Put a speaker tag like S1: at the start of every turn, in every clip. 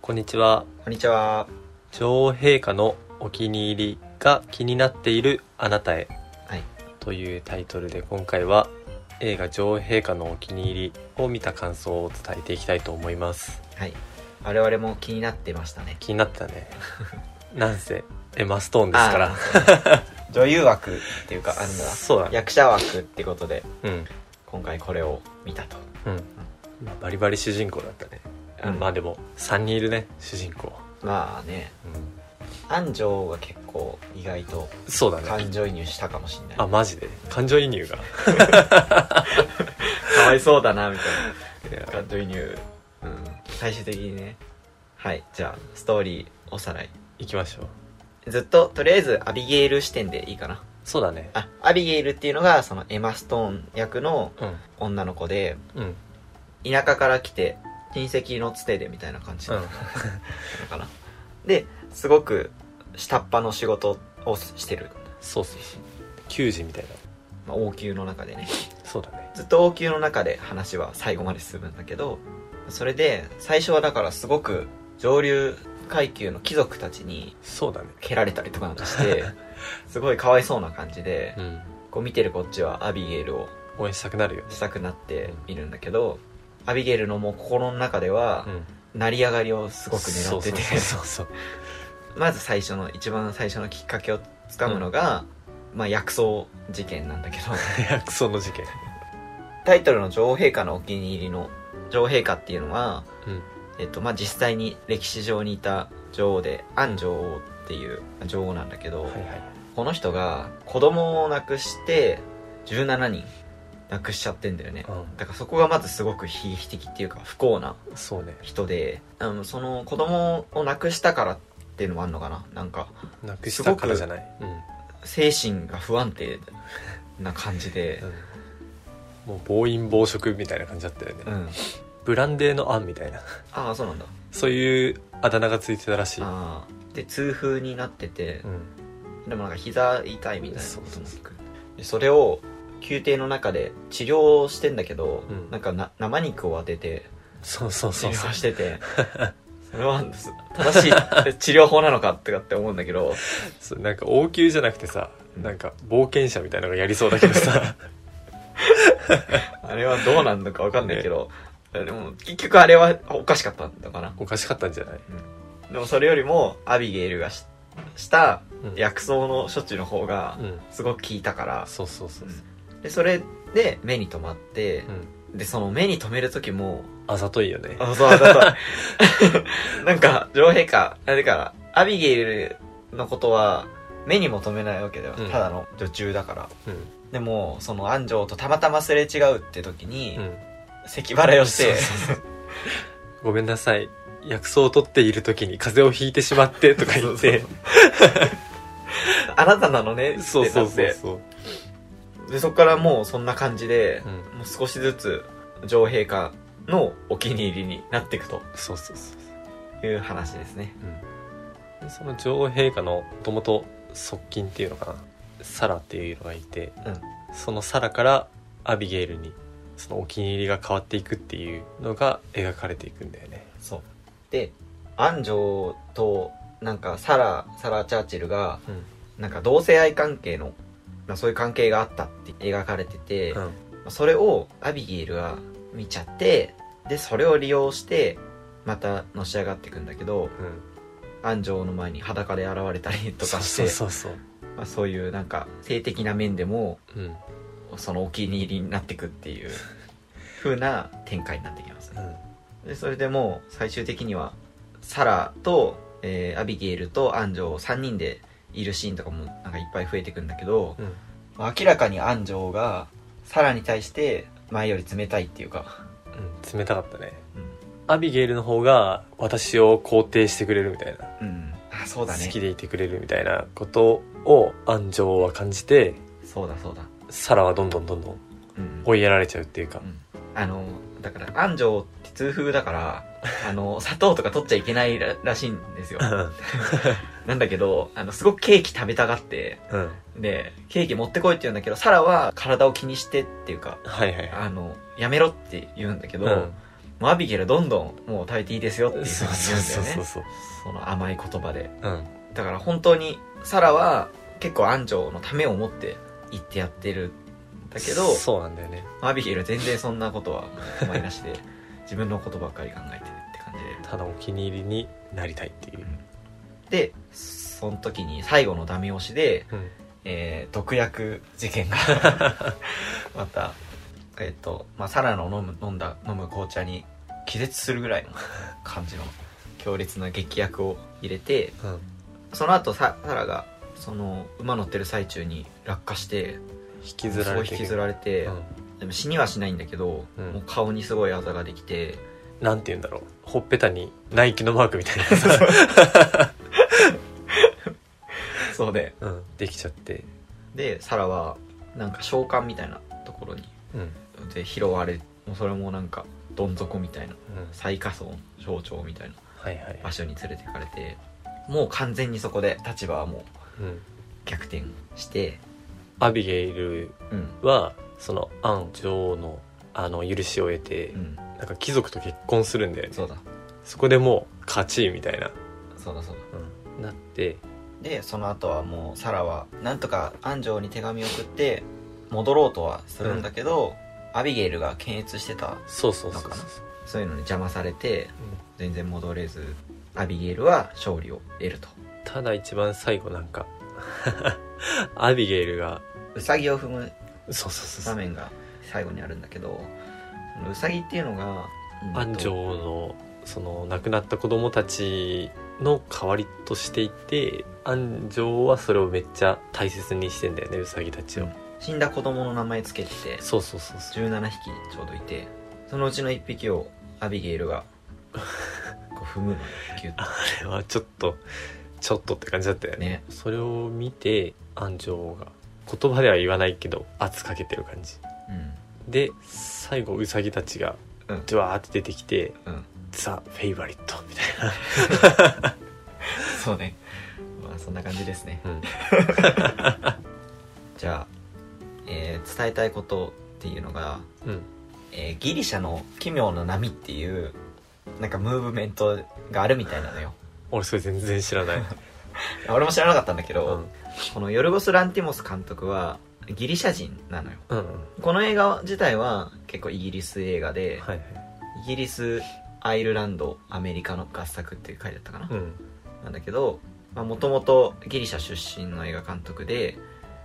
S1: こんにちは
S2: こんにちは。
S1: 女王陛下のお気に入りが気になっているあなたへ、
S2: はい
S1: というタイトルで今回は映画女王陛下のお気に入りを見た感想を伝えていきたいと思います
S2: はい。我々も気になってましたね。
S1: 気になってた ねなんせエマストーンですから
S2: あ女優枠っていうか、あるんだ。
S1: そうだね
S2: 役者枠ってことで、
S1: うん
S2: 今回これを見たと。
S1: うん、まあバリバリ主人公だったね、あ
S2: うん
S1: まあでも3人いるね主人公、
S2: まあね、
S1: う
S2: 安城が結構意外と
S1: ん、そうだね
S2: 感情移入したかもしんない。
S1: あマジで感情移入が
S2: かわいそうだな、みたい
S1: いや
S2: な。感情移入。うん。最終的にね。はい。じゃあ、ストーリーおさらい。
S1: 行きましょう
S2: ずっと、とりあえずアビゲイル視点でいいかな。
S1: そうだね
S2: あ、アビゲイルっていうのが、そのエマ・ストーン役の
S1: うん
S2: 女の子で、
S1: うん
S2: 田舎から来て親戚のつてでみたいな感じ
S1: う
S2: なの
S1: ん
S2: かな、ですごく下っ端の仕事をしてる、
S1: そうっすね球児みたいな
S2: まあ、王宮の中でね
S1: そうだね
S2: ずっと王宮の中で話は最後まで進むんだけどそれで最初はだからすごく上流階級の貴族たちに
S1: そうだね
S2: 蹴られたりとかなんかして すごいかわいそうな感じで
S1: うん
S2: こう見てるこっちはアビゲイルを
S1: 応援したくなるよね
S2: したくなっているんだけどアビゲイルのもう心の中では
S1: うん
S2: 成り上がりをすごく狙ってて
S1: そうそうそうそう
S2: まず最初の一番最初のきっかけをつかむのが、まあ薬草事件なんだけど
S1: 薬草の事件
S2: タイトルの女王陛下のお気に入りの女王陛下っていうのは、
S1: うん
S2: えっとまあ、実際に歴史上にいた女王でアン女王っていう女王なんだけど、
S1: はいはい
S2: この人が子供を亡くして17人亡くしちゃってんだよね
S1: う
S2: だからそこがまずすごく悲劇的っていうか不幸なん
S1: そうね
S2: 人であのその子供を亡くしたからっていうのもあんのかななんか
S1: なくしたからじゃないうん
S2: 精神が不安定な感じで、
S1: うんもう暴飲暴食みたいな感じだったよね
S2: うん、
S1: ブランデーの案みたいな
S2: ああそうなんだ
S1: そういうあだ名がついてたらしい
S2: ああで痛風になってて
S1: う、ん
S2: でもなんか膝痛いみたいな
S1: そうそうそ
S2: でそれを宮廷の中で治療をしてんだけど、
S1: うん
S2: なんかな生肉を当てて
S1: そうそう
S2: 治
S1: そうそう
S2: 療し ててそれは正しい治療法なのかとかって思うんだけど
S1: そうなんか王宮じゃなくてさなんか冒険者みたいなのがやりそうだけど さ
S2: あれはどうなんのかわかんないけど、でも結局あれはおかしかったんだかな
S1: おかしかったんじゃない
S2: でもそれよりもアビゲイルがしした
S1: うん
S2: 薬草の処置の方が
S1: うん
S2: すごく効いたから、
S1: そうそうそうそう
S2: でそれで目に留まって
S1: う、ん
S2: でその目に留める時も
S1: あざといよね
S2: あそうだと なんか女王陛下あれだからアビゲイルのことは目にも留めないわけでは、
S1: うん
S2: ただの女中だから
S1: うん
S2: でもその安城とたまたますれ違うって時に、
S1: うん
S2: 咳払いをして
S1: ごめんなさい薬草を取っている時に風邪をひいてしま ってとか言って
S2: そうあなたなのねってなって
S1: そうそうそうそう
S2: でそこからもうそんな感じで、
S1: うん
S2: もう少しずつ女王陛下のお気に入りになっていくと
S1: そうそうそう
S2: いう話ですね
S1: でその女王陛下のもともと側近っていうのかなサラっていうのがいて、
S2: うん
S1: そのサラからアビゲイルにそのお気に入りが変わっていくっていうのが描かれていくんだよね
S2: そうで安城となんかサラサラ・チャーチルが
S1: うん
S2: なんか同性愛関係の、まあ、そういう関係があったって描かれてて、
S1: う
S2: ま
S1: ん
S2: あそれをアビゲイルが見ちゃってでそれを利用してまたのし上がっていくんだけど安城の前に裸で現れたりとかして
S1: そうそうそう
S2: まあ、そういうなんか性的な面でも
S1: そううん、うん、
S2: そのお気に入りになってくっていう風な展開になってきますねでそれでもう最終的にはサラと、えーアビゲイルと安城3人でいるシーンとかもなんかいっぱい増えてくんだけど
S1: うん
S2: 明らかに安城がサラに対して前より冷たいっていうか、
S1: うん、冷たかったね
S2: う
S1: アビゲイルの方が私を肯定してくれるみたいなん
S2: うん、あそうだね
S1: 好きでいてくれるみたいなことを安城は感じて
S2: そうだそうだ、
S1: サラはどんどんどんどん
S2: うん
S1: 追いやられちゃうっていうか
S2: うんあのだから安城って痛風だ からあの砂糖とか取っちゃいけないららしいん ですよなんだけど、あの、すごくケーキ食べたがって、
S1: うんはい
S2: で、ケーキ持ってこいって言うんだけど、サラは体を気にしてっていうか、
S1: はいはい
S2: あの、やめろって言うんだけど、
S1: うん
S2: もうアビゲルどんどんもう食べていいですよっていうふう
S1: そう
S2: に
S1: そう
S2: 言うんだ
S1: そうそ
S2: よ
S1: う
S2: ね
S1: そう
S2: その甘い言葉で
S1: うん
S2: だから本当にサラは結構安城のためを思って言ってやってるんだけど
S1: そうなんだよね
S2: アビゲル全然そんなことは思い出して自分のことばっかり考えてるって感じ
S1: ただお気に入りになりたいっていう、
S2: ででその時に最後のダメ押しで、
S1: うん、
S2: えー毒薬事 件がまたえっ、と、まあ、サラの飲む飲んだ飲む紅茶に気絶するぐらいの感じの強烈な劇薬を入れて
S1: うん、
S2: その後ササラがその馬乗ってる最中に落下して
S1: 引きずられて
S2: すごい引きずられて、
S1: うん、
S2: でも死にはしないんだけど、
S1: うん
S2: もう顔にすごいあざがで きて
S1: なんて言うんだろうほっぺたにナイキのマークみたいなやつ
S2: そうで
S1: が、 うん、できちゃって
S2: でサラはなんか召喚みたいなところに
S1: うんうん
S2: で拾われもうそれもなんかどん底みたいな最下層の象徴みたいな
S1: はいはい
S2: 場所に連れてかれてもう完全にそこで立場はもう
S1: うん
S2: 逆転して
S1: アビゲイル
S2: うん
S1: はそのアン女王のあの許しを得て、
S2: うん
S1: なんか貴族と結婚するんだよね
S2: そうだ
S1: そこでもう勝ちみたいな、
S2: そうだそうだ
S1: なって
S2: でその後はもうサラはなんとか安城に手紙を送って戻ろうとはするんだけど、アビゲイルが検閲してた
S1: そうそうそうそう
S2: なんかそういうのに邪魔されて全然戻れずアビゲイルは勝利を得ると
S1: ただ一番最後なんか アビゲイルが
S2: ウサギを踏む
S1: そうそうそうそ
S2: 場
S1: う
S2: 面が最後にあるんだけどそのウサギっていうのが
S1: アン女
S2: うんと
S1: 王のその亡くなった子供たちの代わりとしていてアン女王はそれをめっちゃ大切にしてんだよねウサギたちを、
S2: うん死んだ子供の名前つけてて
S1: そうそうそうそう
S2: 17匹ちょうどいてそのうちの1匹をアビゲイルがこう踏むのギュッと
S1: あれはちょっとちょっとって感じだったよね
S2: ね
S1: それを見て安城王が言葉では言わないけど圧かけてる感じ
S2: うん
S1: で最後ウサギたちが
S2: うん
S1: ドワーって出てきて
S2: うん
S1: 「ザ・フェイバリット」みたい
S2: そうねまあそんな感じですね
S1: な、うん、
S2: じゃあ、えー伝えたいことっていうのが、
S1: うん
S2: えーギリシャの奇妙な波っていうなんかムーブメントがあるみたいなのよ
S1: 俺それ全然知ら ない、
S2: 俺も知らなかったんだけ
S1: う
S2: ど、
S1: ん
S2: このヨルゴス・ランティモス監督はギリシャ人なのよ
S1: うん、
S2: この映画自体は結構イギリス映画で、
S1: はいはい
S2: イギリスアイルランドアメリカの合作っていう回だったかな、
S1: うん
S2: なんだけどもともとギリシャ出身の映画監督で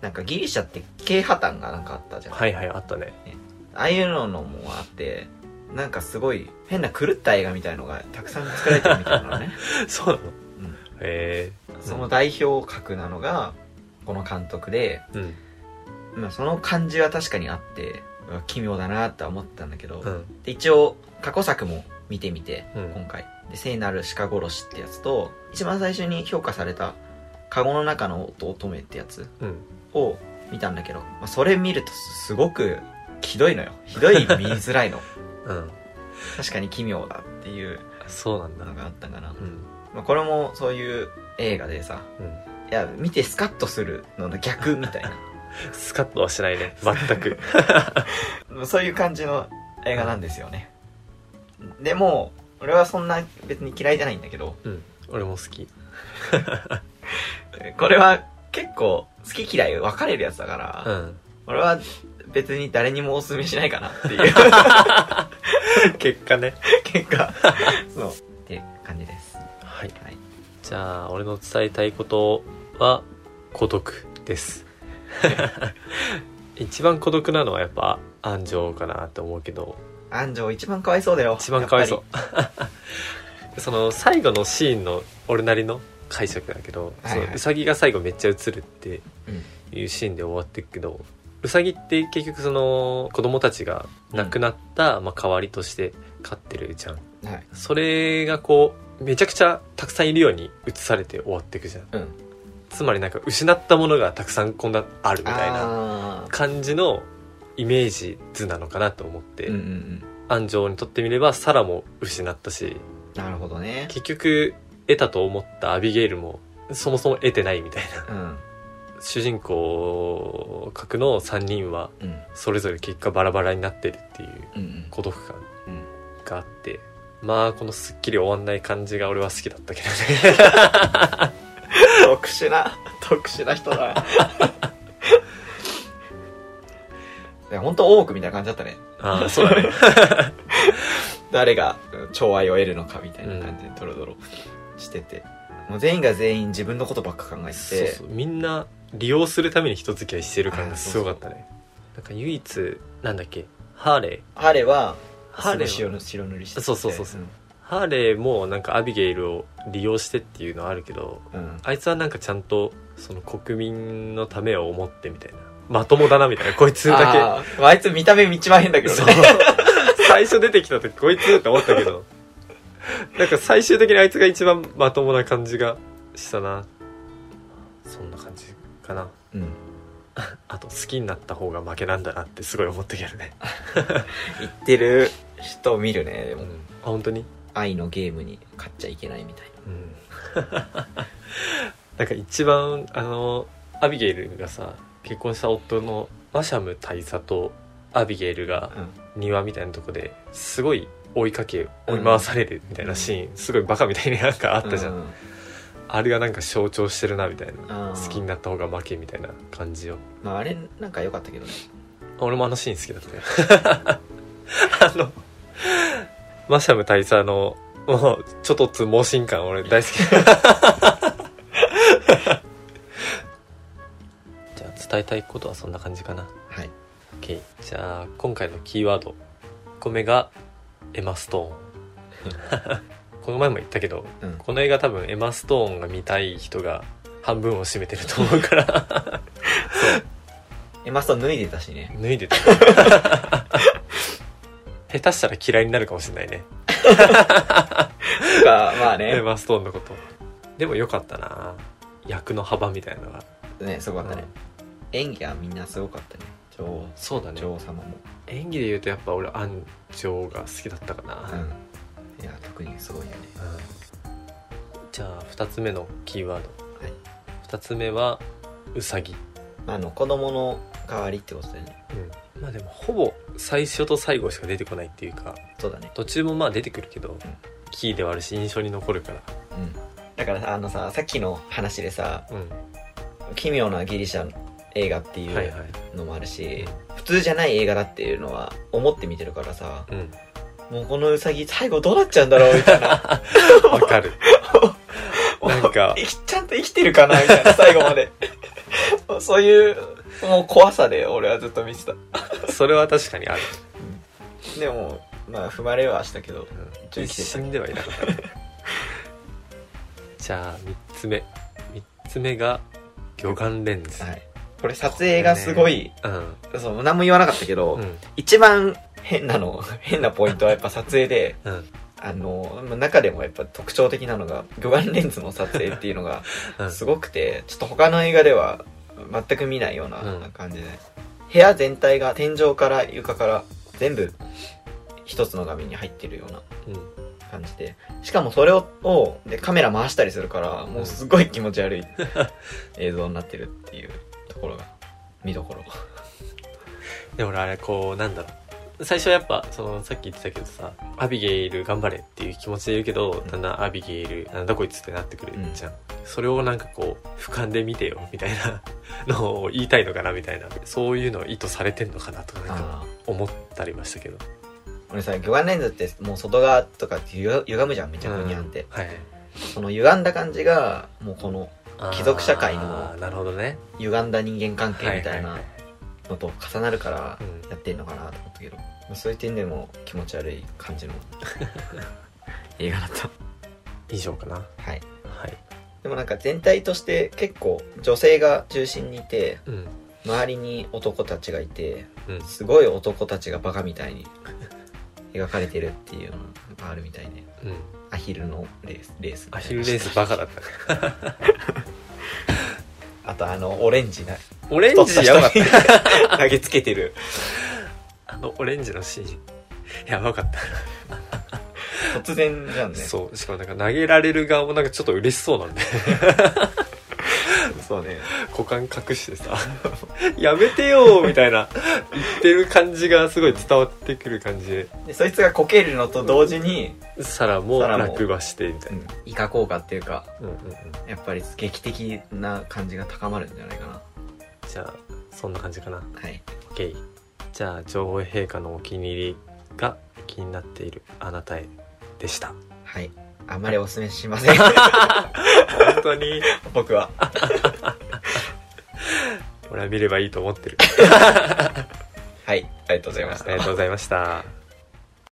S2: なんかギリシャって経破綻がなんかあったじゃん、
S1: はいはいあったね
S2: ああいうのもあってなんかすごい変な狂った映画みたいのがたくさん作られてるみたいな のね
S1: そうなの、
S2: ん
S1: へえ
S2: その代表格なのがこの監督で、
S1: うん
S2: まあ、その感じは確かにあってうわ奇妙だなとは思ったんだけど、
S1: うん
S2: で一応過去作も見てみて、
S1: うん
S2: 今回で聖なる鹿殺しってやつと一番最初に評価されたカゴの中の乙女ってやつ
S1: うん
S2: を見たんだけど、まあ、それ見るとすごくひどいのよひどい見づらいの
S1: うん
S2: 確かに奇妙だっていう
S1: そうなんだ
S2: のがあったかな
S1: う、ん
S2: まあ、これもそういう映画でさ
S1: うん
S2: いや見てスカッとするのの逆み たい
S1: スカッとはしないね全 く
S2: なそういう感じの映画なんですよねでも俺はそんな別に嫌いじゃないんだけど
S1: うん俺も好き
S2: これは結構好き嫌い分かれるやつだか
S1: う
S2: ら、
S1: ん
S2: 俺は別に誰にもおすすめしないかなって いう
S1: 結果ね
S2: 結果そうって感じです
S1: はい
S2: はい
S1: じゃあ俺の伝えたいことは孤独です 一番孤独なのはやっぱ安城かなと思うけど
S2: 安城一番かわいそうだよ
S1: 一番かわいそう その最後のシーンの俺なりの解釈だけど、
S2: はいはい
S1: そのウサギが最後めっちゃ映るって
S2: うん
S1: いうシーンで終わっていくけどウサギって結局その子供たちが亡くなった、まあ、代わりとして飼ってるじゃん
S2: やっぱりはい
S1: それがこうめちゃくちゃたくさんいるように映されて終わっていくじゃん
S2: うん
S1: つまりなんか失ったものがたくさんこんなあるみたいな
S2: あー
S1: 感じのイメージ図なのかなと思って、
S2: うんうんうん
S1: 安城にとってみればサラも失ったし
S2: なるほどね
S1: 結局得たと思ったアビゲイルもそもそも得てないみたいな
S2: うん
S1: 主人公格の3人は
S2: うん
S1: それぞれ結果バラバラになってるっていう
S2: うんうん
S1: 孤独感があってまあこのすっきり終わんない感じが俺は好きだったけどね
S2: 特殊な特殊な人だいや本当多くみたいな感じだったね
S1: ああそう だね
S2: 誰がうん寵愛を得るのかみたいな感じでドロドロしてて、もう全員が全員自分のことばっか考え
S1: そう
S2: てて
S1: そうみんな利用するために人付き合いしてる感がすごかったねなんか唯一なんだっけハーレー
S2: ハーレーは
S1: ハーレーは
S2: すごい白の白塗りしてて
S1: そうそうそうそうんハーレーもなんかアビゲイルを利用してっていうのはあるけど
S2: うん
S1: あいつはなんかちゃんとその国民のためを思ってみたいなまともだなみたいなこいつだけ
S2: あーまああいつ見た目一番変だけど
S1: そう
S2: ね
S1: 最初出てきた時こいつって思ったけどなんか最終的にあいつが一番まともな感じがしたなそんな感じかな
S2: うん
S1: あと好きになった方が負けなんだなってすごい思ったけどね、
S2: 言ってる人を見るねでも
S1: あ本当に
S2: 愛のゲームに勝っちゃいけないみたい
S1: うん
S2: な
S1: なんか一番あのアビゲイルがさ結婚した夫のマシャム大佐とアビゲイルが
S2: うん
S1: 庭みたいなとこですごい追いかけ追い回されるみたいなシーン、すごいバカみたいになんかあったじゃん、
S2: うん
S1: あれがなんか象徴してるなみたい
S2: あ
S1: な
S2: ー
S1: 好きになった方が負けみたいな感じを
S2: まああれなんか良かったけどね
S1: 俺もあのシーン好きだったよ あのマシャム大佐のもうちょっとつ盲信感俺大好き じゃあ伝えたいことはそんな感じかな
S2: はい
S1: OK じゃあ今回のキーワード1個目がエマ・ストーン この前も言ったけど、
S2: うん
S1: この映画多分エマ・ストーンが見たい人が半分を占めてると思うから
S2: エマスト脱いでたしね
S1: 脱いでた 下手したら嫌いになるかもしれないね
S2: とかまあ
S1: エ
S2: ね
S1: マ・ストーンのことでもよかったな役の幅みたいなのが
S2: ねすごかったね、演技はみんなすごかったね女王
S1: そうだね
S2: 女王様も、
S1: 演技で言うとやっぱ俺アンジョーが好きだったかな、
S2: うんいや特にすごいよね
S1: じゃあ2つ目のキーワード、
S2: はい
S1: 2つ目はウサギ、
S2: まああの子供の代わりってことだよね
S1: まあでもほぼ最初と最後しか出てこないっていうか
S2: そうだね
S1: 途中もまあ出てくるけど、キーではあるし印象に残るから
S2: うんだからさあのささっきの話でさ
S1: うん
S2: 奇妙なギリシャ映画ってい
S1: はいうはい
S2: のもあるし、普通じゃない映画だっていうのは思って見てるからさ
S1: うん
S2: もうこのウサギ最後どうなっちゃうんだろうみたいな
S1: わかる なんか
S2: 生きちゃんと生きてるかなみたいな最後まで そういうもう怖さで俺はずっと見てた
S1: それは確かにある、
S2: でもまあ踏まれはしたけど一応生きてた
S1: 死んではいなかったね じゃあ3つ目3つ目が魚眼レンズ、
S2: はいこれ撮影がすごい、
S1: うん
S2: そう何も言わなかったけど、
S1: うん
S2: 一番変なの 変なポイントはやっぱ撮影で
S1: うん
S2: あの中でもやっぱ特徴的なのが魚眼レンズの撮影っていうのが
S1: うん
S2: すごくてちょっと他の映画では全く見ないよう
S1: う
S2: なん感じで、部屋全体が天井から床から全部一つの画面に入ってるような
S1: うん
S2: 感じでしかもそれををでカメラ回したりするからもうすごい気持ち 悪い映像になってるっていうところが見どころ
S1: でも俺あれこうなんだろう最初はやっぱそのさっき言ってたけどさアビゲイル頑張れっていう気持ちでいるけどだんだんアビゲイルなんだこいつってなってくるじゃん、それをなんかこう俯瞰で見てよみたいな のを言いたいのかなみたいなそういうのを意図されてんのかなとかなんか
S2: あ
S1: 思ったりましたけど
S2: 俺さ魚眼レンズってもう外側とかってゆが歪むじゃんめちゃくちゃって、
S1: はい
S2: その歪んだ感じがもうこの
S1: あー
S2: 貴族社会の
S1: なるほどね
S2: 歪んだ人間関係みた
S1: は
S2: いな
S1: は
S2: のと重なるから
S1: はいうん
S2: やってんのかなと思ったけど、まあそういう点でも気持ち悪い 感じの映画だった
S1: 以上かなは
S2: はい
S1: い
S2: でもなんか全体として結構女性が中心にいて
S1: うん
S2: 周りに男たちがいて
S1: うん
S2: すごい男たちがバカみ たいに描かれてるっていうのがあるみたいね
S1: うん
S2: アヒルのレースレースみたいな
S1: アヒルレースバカだったね
S2: あとあのオレンジな
S1: オレンジやばかった
S2: 取った人に投げつけてる
S1: あのオレンジのシーンやばかった
S2: 突然じゃんね
S1: そうしかもなんか投げられる側もなんかちょっと嬉しそうなんで
S2: そうね
S1: 股間隠してさ 「やめてよ」みたいな言ってる感じがすごい伝わってくる感じで
S2: でそいつがこけるのと同時に、
S1: サラも
S2: サラも
S1: 落馬してみたいな、
S2: イカ効果っていうか
S1: うんうんうん、
S2: やっぱり劇的な感じが高まるんじゃないかな
S1: じゃあそんな感じかな
S2: はい
S1: OK じゃあ女王陛下のお気に入りが気になっているあなたへでした
S2: はいあんまりおすすめしません
S1: 本当に
S2: 僕は
S1: 俺は見ればいいと思ってる
S2: はいありがとうございまし
S1: あ
S2: た
S1: りがとうございました